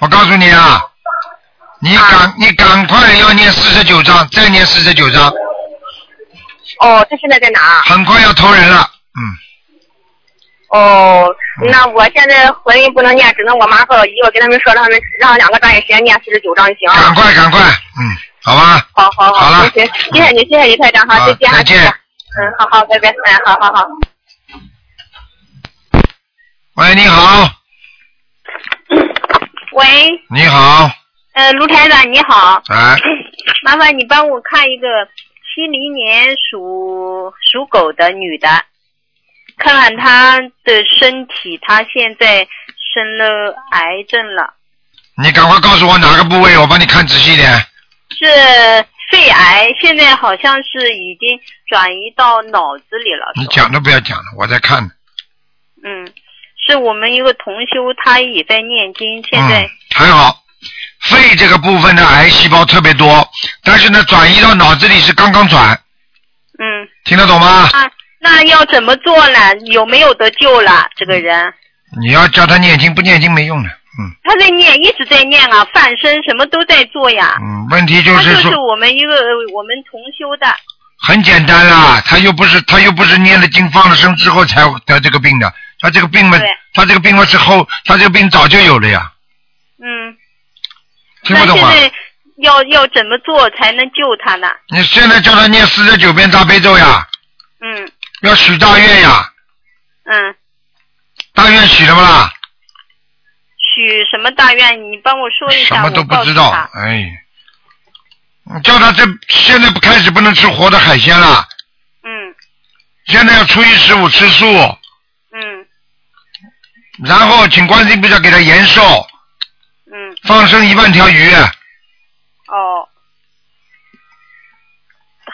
我告诉你啊，你啊赶、你赶快要念四十九章，再念四十九章，哦，他现在在哪儿？很快要投人了，哦，嗯那我现在回音不能念，只能我妈和我姨，我跟他们说，让他们让两个抓紧时间念四十九章就行啊。赶快赶快，嗯，好吧，好好好了行，行谢谢你，谢谢你，台长哈，好再见啊，再见谢谢嗯，好好，拜拜，嗯，好好好。喂，你好，喂，你好，呃，卢台长你好，哎， 麻烦你帮我看一个七零年属属狗的女的，看看她的身体，她现在生了癌症了，你赶快告诉我哪个部位，我帮你看仔细一点。是肺癌，现在好像是已经转移到脑子里了。你讲都不要讲了，我在看。嗯，是我们一个同修，他也在念经，现在、嗯，还好，肺这个部分的癌细胞特别多，但是呢，转移到脑子里是刚刚转，嗯，听得懂吗？啊，那要怎么做呢？有没有得救了？这个人？你要叫他念经，不念经没用的。他在念，一直在念啊，放生什么都在做呀。嗯，问题就他是啊就说是我们一个呃我们同修的，很简单啦，他又不是他又不是念了经放了生之后才得这个病的，他这个病嘛对，他这个病嘛是后，他这个病早就有了呀，嗯，听不懂啊那？现在要要怎么做才能救他呢？你现在叫他念四十九遍大悲咒呀，嗯要许大愿呀，嗯，大愿许了不啦？许什么大愿？你帮我说一什下，么都我不告诉知道他，哎，你叫他这现在不开始不能吃活的海鲜了，嗯现在要初一十五吃素，嗯然后请观世音菩萨给他延寿，嗯，放生一万条鱼，哦。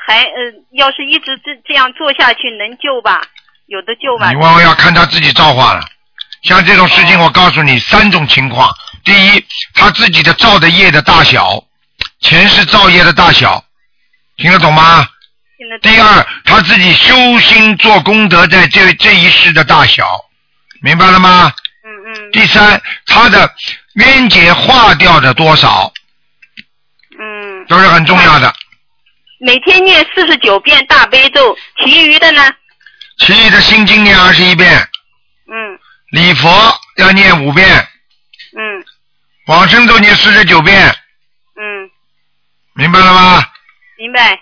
还呃，要是一直这这样做下去，能救吧？有的救吧？你问问要看他自己造化了。像这种事哦情，我告诉你三种情况：第一，他自己的造的业的大小，前世造业的大小，听得懂吗？听得懂第二，他自己修心做功德在这这一世的大小，明白了吗？嗯嗯。第三，他的冤结化掉的多少嗯，都是很重要的，每天念四十九遍大悲咒，其余的呢？其余的心经念二十一遍，嗯礼佛要念五遍，嗯往生咒念四十九遍，嗯明白了吗？明白？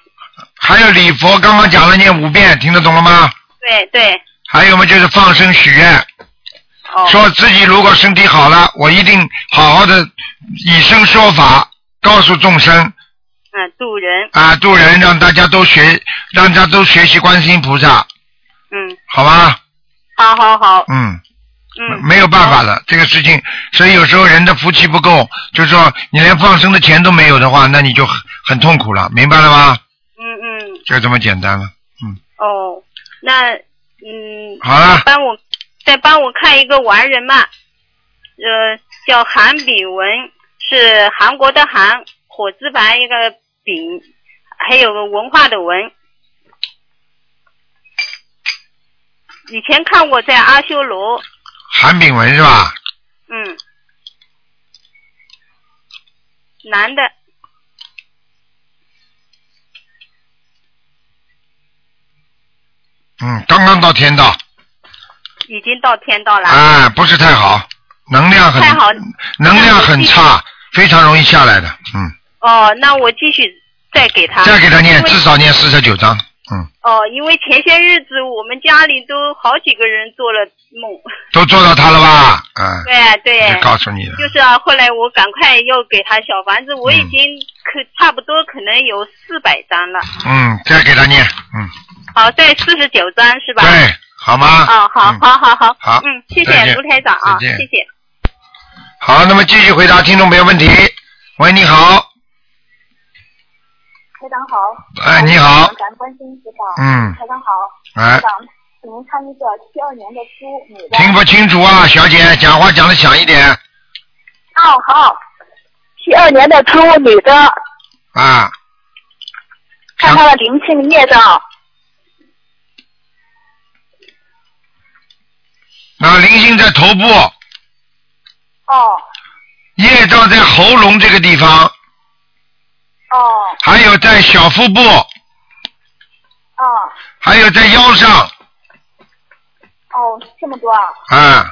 还有礼佛，刚刚讲了念五遍，听得懂了吗？对对，还有嘛，就是放生许愿，哦说自己如果身体好了，我一定好好的以身说法，告诉众生嗯，渡人，啊，度人，让大家都学，让大家都学习观世音菩萨，嗯，好吧？好好好，嗯。嗯，没有办法了，这个事情，所以有时候人的福气不够，就是说你连放生的钱都没有的话，那你就很很痛苦了，明白了吗？嗯嗯，就这么简单了。哦，那嗯，好了帮我再帮我看一个完人嘛，呃，叫韩炳文，是韩国的韩，火字旁一个炳，还有个文化的文。以前看过在阿修罗，韩炳文是吧？嗯，男的，嗯，刚刚到天道，已经到天道了。啊，不是太好，能量很太好，能量很差，非常容易下来的。嗯，哦，那我继续再给他，再给他念啊因，为至少念四十九章。嗯，哦，因为前些日子我们家里都好几个人做了 梦，都做到他了吧？嗯，对啊对，就告诉你了。嗯就是啊，后来我赶快要给他小房子，我已经可差不多可能有四百张了，嗯，再给他念。嗯，好，在四十九张是吧？对，好吗？哦，好，嗯好，好，好，好嗯，谢再谢见卢台长啊，再见谢谢。好，那么继续回答听众朋友问题。喂，你好，台长好。哎你好咱关心知道。嗯台长好。哎台长，请您看一个七二年的猪女的。听不清楚啊，小姐，讲话讲的响一点哦，好。七二年的猪女的，啊。看她的灵性业障。啊，灵性在头部，哦业障在喉咙这个地方，哦还有在小腹部，哦还有在腰上哦，这么多啊！啊。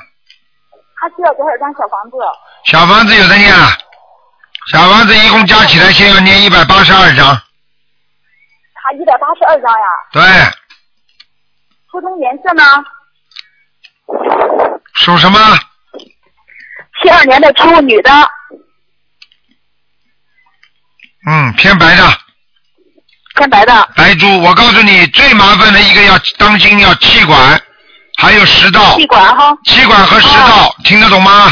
她需要多少张小房子？小房子有的念啊，小房子一共加起来先要念一百八十二章，她一百八十二张呀。对，图腾颜色呢？属什么？七二年的猪女的。嗯，偏白的，偏白的。白猪，我告诉你，最麻烦的一个要当心要气管，还有食道。气管哈。啊气管和食道，听得懂吗？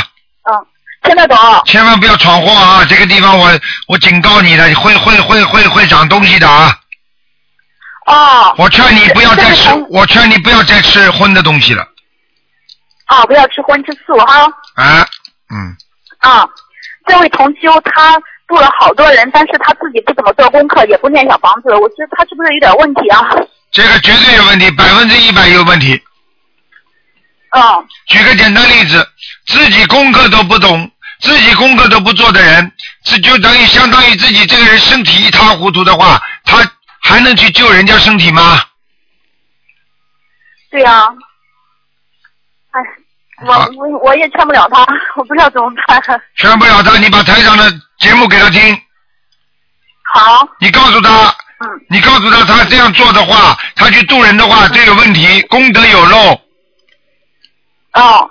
嗯，听得懂。千万不要闯祸啊！这个地方我我警告你的，会会会会会长东西的啊！哦。我劝你不要再吃这这是从，我劝你不要再吃荤的东西了哦，不要吃荤吃素哈。啊！嗯，啊，这位同修他度了好多人，但是他自己不怎么做功课，也不念小房子，我觉得他是不是有点问题啊？这个绝对有问题，百分之一百有问题。嗯。举个简单例子，自己功课都不懂，自己功课都不做的人，这就等于相当于自己这个人身体一塌糊涂的话，他还能去救人家身体吗？对呀、哎，我我我也劝不了他，我不知道怎么办。劝不了他，你把台长的节目给他听。好。嗯你告诉他。你告诉他，他这样做的话，他去度人的话，就有问题，功德有漏。哦。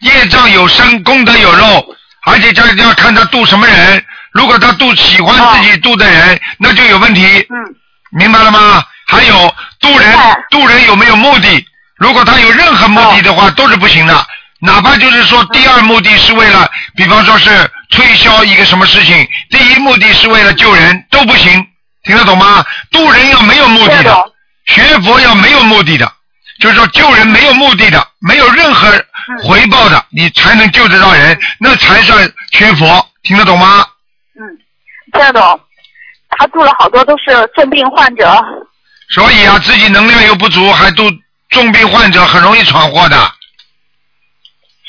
业障有生，功德有漏，而且这要看他度什么人。如果他度喜欢自己度的人，那就有问题。嗯。明白了吗？还有度人，度人有没有目的？如果他有任何目的的话，都是不行的。哪怕就是说，第二目的是为了，比方说是推销一个什么事情，第一目的是为了救人，都不行。听得懂吗？度人要没有目的的，学佛要没有目的的，就是说救人没有目的的，没有任何回报的，你才能救得到人，那才算学佛。听得懂吗？听得懂？他度了好多都是重病患者。所以啊，自己能量又不足，还度重病患者，很容易闯祸的。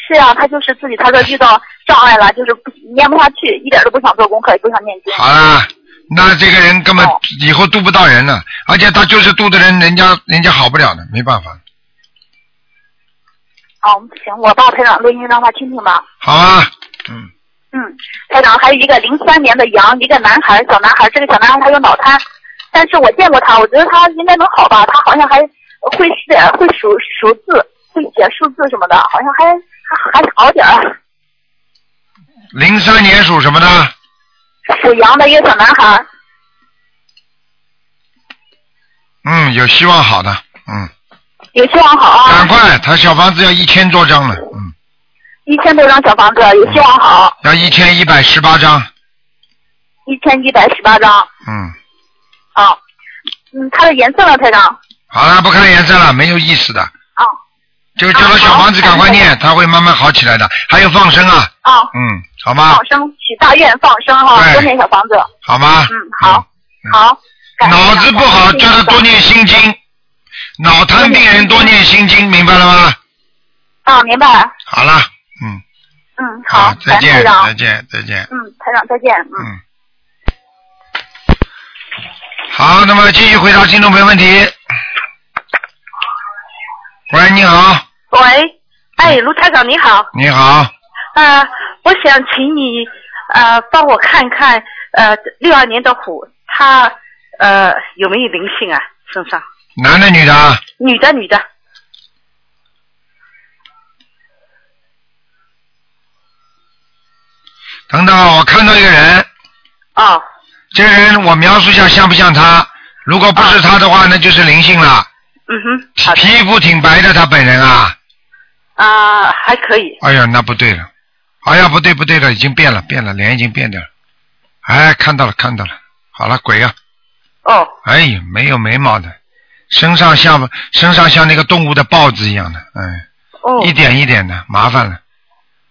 是啊，他就是自己，他说遇到障碍了，就是不念不下去，一点都不想做功课，也不想念经。好啦，那这个人根本以后渡不到人了，而且他就是渡的人，人家人家好不了的，没办法，哦，行，我把台长录音让他听听吧。好啊。嗯，台长，还有一个零三年的羊，一个男孩，小男孩，这个小男孩他有脑瘫，但是我见过他，我觉得他应该能好吧，他好像还会写会数数字，会写数字什么的，好像还还还好点儿。零三年属什么的？属羊的一个小男孩，嗯，有希望好的，嗯，有希望好啊，赶快，他小房子要一千多张了，嗯，一千多张小房子，有希望好，要一千一百十八张，一千一百十八张嗯，啊。嗯，他的颜色呢，台长？好了，不看颜色了，没有意思的。啊。就叫他小房子赶快念，他会慢慢哦好起来的。还有放生啊，啊，嗯，好吗放？生许大愿放生哈，对多念小房子。好吗？嗯，好，好。感谢脑子不好，叫他多念心经。脑瘫病人多念心经，明白了吗？啊，明白了。好了，嗯，好，再感谢见，台长哦再见，再见。嗯，台长再见。嗯，嗯。好，那么继续回答听众朋友问题。喂，你好，喂，嗯哎，卢台长你好，你好，啊、我想请你呃帮我看看呃六二年的虎，它呃有没有灵性啊身上？男的女的啊？女的女的，等等啊，我看到一个人。哦。这个人我描述一下像不像他？如果不是他的话，那就是灵性了。嗯哼，皮肤挺白的，他本人啊。啊、还可以，哎呀，那不对了。哎呀，不对不对了，已经变了变了，脸已经变掉了。哎，看到了看到了，好了，鬼呀、啊哦。哎呀，没有眉毛的，身上像身上像那个动物的豹子一样的，哎，哦一点一点的，麻烦了。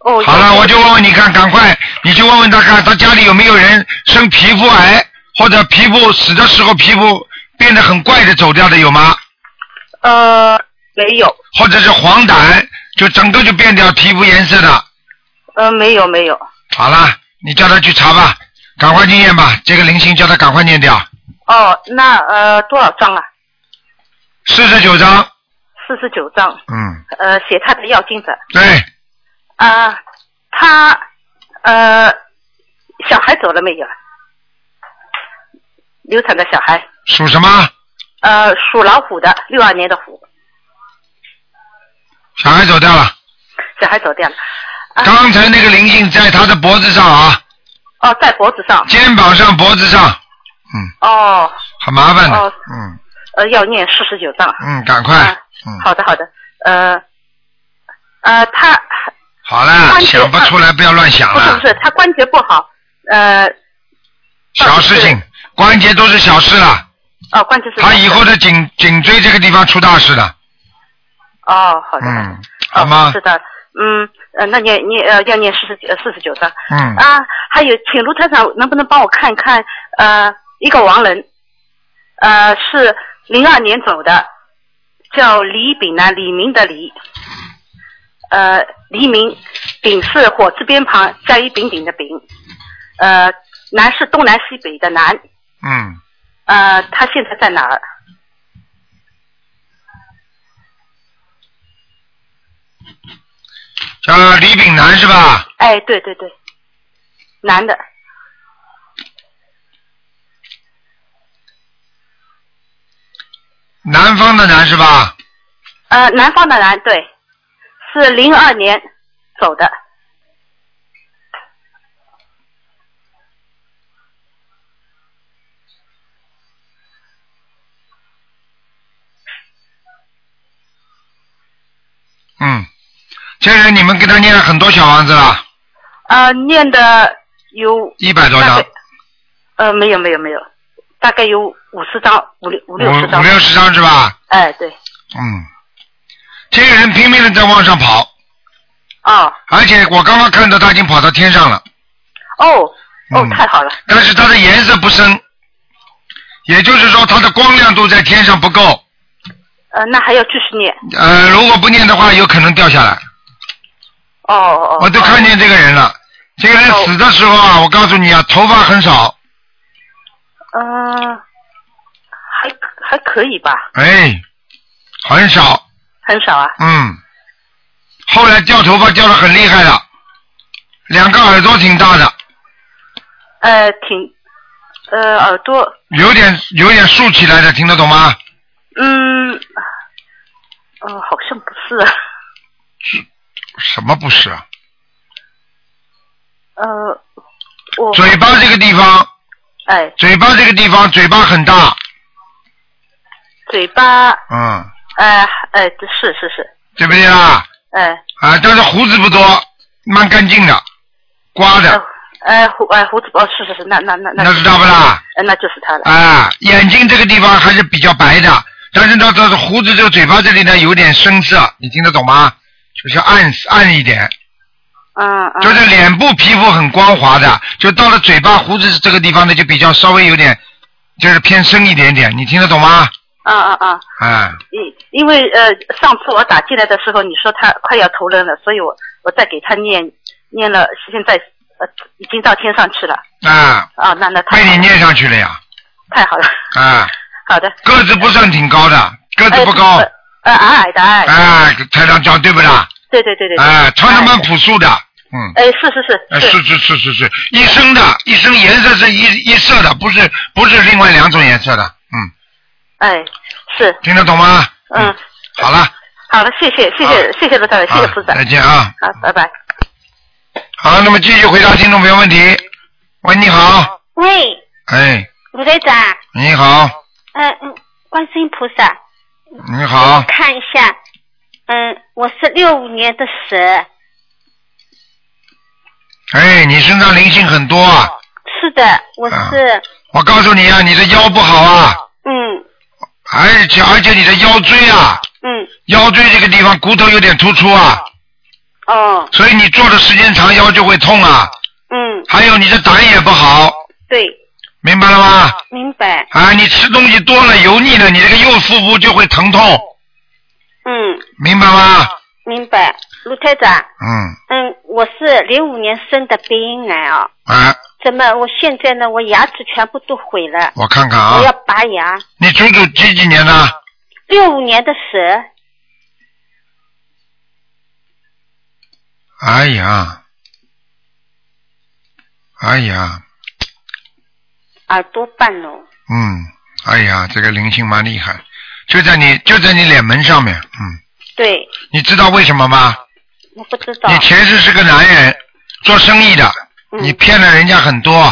哦。好了，我就问问你看，赶快你去问问他看，他家里有没有人生皮肤癌或者皮肤死的时候皮肤变得很怪的走掉的有吗？呃，没有。或者是黄疸，就整个就变掉皮肤颜色的。呃，没有没有，好了，你叫他去查吧，赶快去念吧，这个灵性叫他赶快念掉，哦，那呃多少张啊？四十九章，四十九张，嗯，呃，写他的要经者对，啊、他呃小孩走了没有啊？流产的小孩。属什么？呃，属老虎的，六二年的虎，小孩走掉了，小孩走掉了。啊刚才那个灵性在他的脖子上啊，哦，在脖子上。肩膀上，脖子上，哦，很麻烦的哦，啊嗯呃，要念四十九章。嗯，赶快，嗯，好的，好的。呃，呃，他好了，关节啊想不出来不要乱想不是了不，是，他关节不好。呃，小事情，关节都是小事了，哦，关节是。他以后的颈颈椎这个地方出大事了，哦，好的。哦嗯，好吗是？的，嗯，呃，那念念呃要念四十四十九章。嗯，啊，还有，请卢台长能不能帮我看一看呃一个亡人，呃是零二年走的，叫李炳南，李明的李，呃黎明，丙是火字边旁加一丙丙的丙，呃南是东南西北的南，嗯，呃他现在在哪儿？叫呃李炳南是吧？哎，对对对，男的，南方的南是吧？呃南方的南，对，是零二年走的。嗯，这个人你们给他念了很多小房子了，呃，念的有一百多张，呃，没有没有没有，大概有五十张，五六五五六十张。五六十张是吧？哎，对，嗯，这个人拼命的在往上跑，哦而且我刚刚看到他已经跑到天上了，哦哦嗯，太好了，但是它的颜色不深，也就是说它的光亮度在天上不够，呃，那还要继续念。呃，如果不念的话，有可能掉下来。哦哦。我都看见这个人了，这个人死的时候啊，我告诉你啊，头发很少，呃，还还可以吧，哎，很少，很少啊。嗯，后来掉头发掉的很厉害的，两个耳朵挺大的，呃，挺，呃，耳朵，有点有点竖起来的，听得懂吗？嗯，呃，好像不是，什么不是啊？呃，我嘴巴这个地方，哎，嘴巴这个地方，嘴巴很大，嘴巴，嗯，呃，呃，是是是，对不对啊？哎，啊，但是胡子不多，蛮干净的，刮的，呃，胡，呃，胡子，哦，是是是，那那那那，那知道不啦？呃，那就是他了，啊，眼睛这个地方还是比较白的，但是呢，这个胡子这个嘴巴这里呢有点深色，你听得懂吗？就是暗暗一点，嗯嗯，就是脸部皮肤很光滑的，就到了嘴巴胡子这个地方呢，就比较稍微有点，就是偏深一点点，你听得懂吗？嗯嗯嗯，啊，因因为呃，上次我打进来的时候，你说他快要投人了，所以我我再给他念念了，现在呃已经到天上去了啊，啊，那那太被好你了念上去了呀，太好了，啊，好的，个子不算挺高的，个子不高，呃，矮矮的矮矮的，啊，台长讲对不啦？对对对对，对啊，穿的蛮朴素的，嗯。哎，是是呃，是是是是是是，一生的，一生颜色是一一色的，不是不是另外两种颜色的，嗯，哎，是，听得懂吗？嗯，好了，好了，谢谢谢谢谢谢卢太太，谢谢菩萨，再见啊！好，拜拜。好，那么继续回答听众朋友问题。喂，你好，喂，哎，卢队长，你好，嗯、呃、嗯，观世音菩萨，你好，看一下，嗯、我是六五年的蛇，哎，你身上灵性很多啊！是的，我是，我告诉你啊，你的腰不好啊，嗯而且而且你的腰椎啊，嗯，腰椎这个地方骨头有点突出啊，哦，所以你坐的时间长腰就会痛啊。嗯，还有你的胆也不好，对，明白了吗？明白，啊，你吃东西多了油腻了，你这个右腹部就会疼痛，嗯，明白吗？明白，卢队长，嗯，嗯，我是零五年生的鼻咽癌啊，啊，怎么我现在呢？我牙齿全部都毁了，我看看我要啊，拔牙。你祖祖几几年的？六五年的蛇，哎呀，哎呀，耳朵半聋。嗯，哎呀，这个灵性蛮厉害，就在你就在你脸门上面，嗯，对，你知道为什么吗？我不知道。你前世是个男人，做生意的，你骗了人家很多，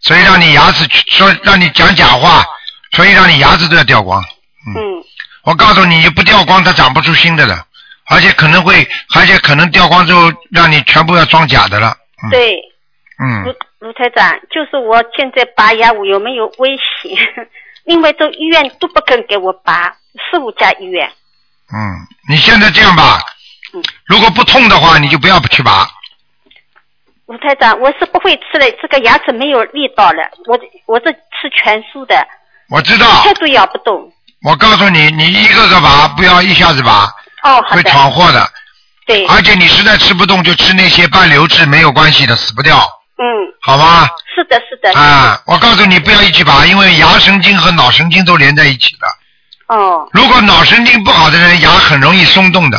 所以让你牙齿说让你讲假话，所以让你牙齿都要掉光。嗯，我告诉你，你不掉光，它长不出新的了，而且可能会，而且可能掉光之后，让你全部要装假的了。对，嗯，卢卢台长，就是我现在拔牙，我有没有危险？ 因为这医院都不肯给我拔，四五家医院。嗯，你现在这样吧，如果不痛的话，你就不要去拔。卢台长，我是不会吃的，这个牙齿没有力道了，我我这吃全素的，我知道， 菜都咬不动。我告诉你，你一个个拔，不要一下子拔，哦，好会的，闯祸的。对，而且你实在吃不动，就吃那些半流质没有关系的，死不掉，嗯，好吗？是的，是的，啊，我告诉你，不要一起拔，因为牙神经和脑神经都连在一起的。嗯哦，如果脑神经不好的人，牙很容易松动的。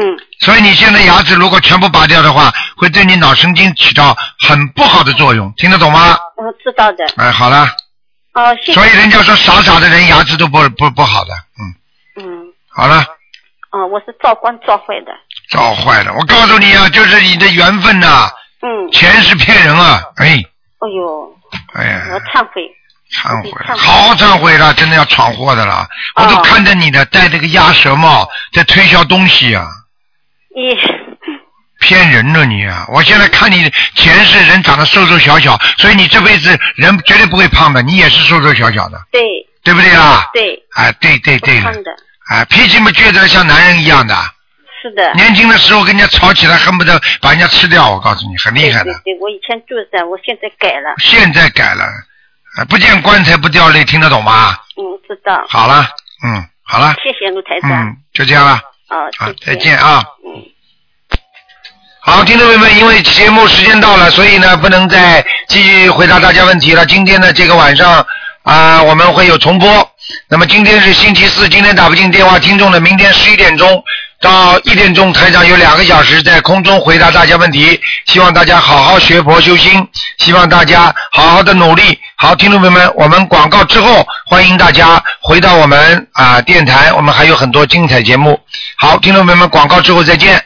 嗯。所以你现在牙齿如果全部拔掉的话，会对你脑神经起到很不好的作用，听得懂吗？我嗯知道的。哎，好了，哦，谢谢。所以人家说傻傻的人牙齿都不不不好的，嗯，嗯，好了，哦，我是照光照坏的。造坏了。我告诉你啊，就是你的缘分呐、嗯，前世骗人啊，哎哎呦，哎呀。我忏悔。忏悔了，好忏悔了，真的要闯祸的了。我都看着你的戴这个鸭舌帽在推销东西啊，你骗人了你啊！我现在看你前世人长得瘦瘦小小，所以你这辈子人绝对不会胖的，你也是瘦瘦小小的，对对不对啦？对，哎，对对对了胖，的，哎，脾气嘛倔得像男人一样的。是的。年轻的时候跟人家吵起来，恨不得把人家吃掉，我告诉你，很厉害的。对对对，我以前就是这样，我现在改了。现在改了，哎不见棺材不掉泪，听得懂吗？嗯，知道。好了，嗯，好了，谢谢卢台长。嗯，就这样了。哦，好谢，谢。再见啊。好，听众朋友们，因为节目时间到了，所以呢，不能再继续回答大家问题了。今天呢，这个晚上啊、我们会有重播。那么今天是星期四，今天打不进电话听众的，明天十一点钟到一点钟，台长有两个小时在空中回答大家问题。希望大家好好学佛修心，希望大家好好的努力。好，听众朋友们，我们广告之后，欢迎大家回到我们啊、电台，我们还有很多精彩节目。好，听众朋友们，广告之后再见。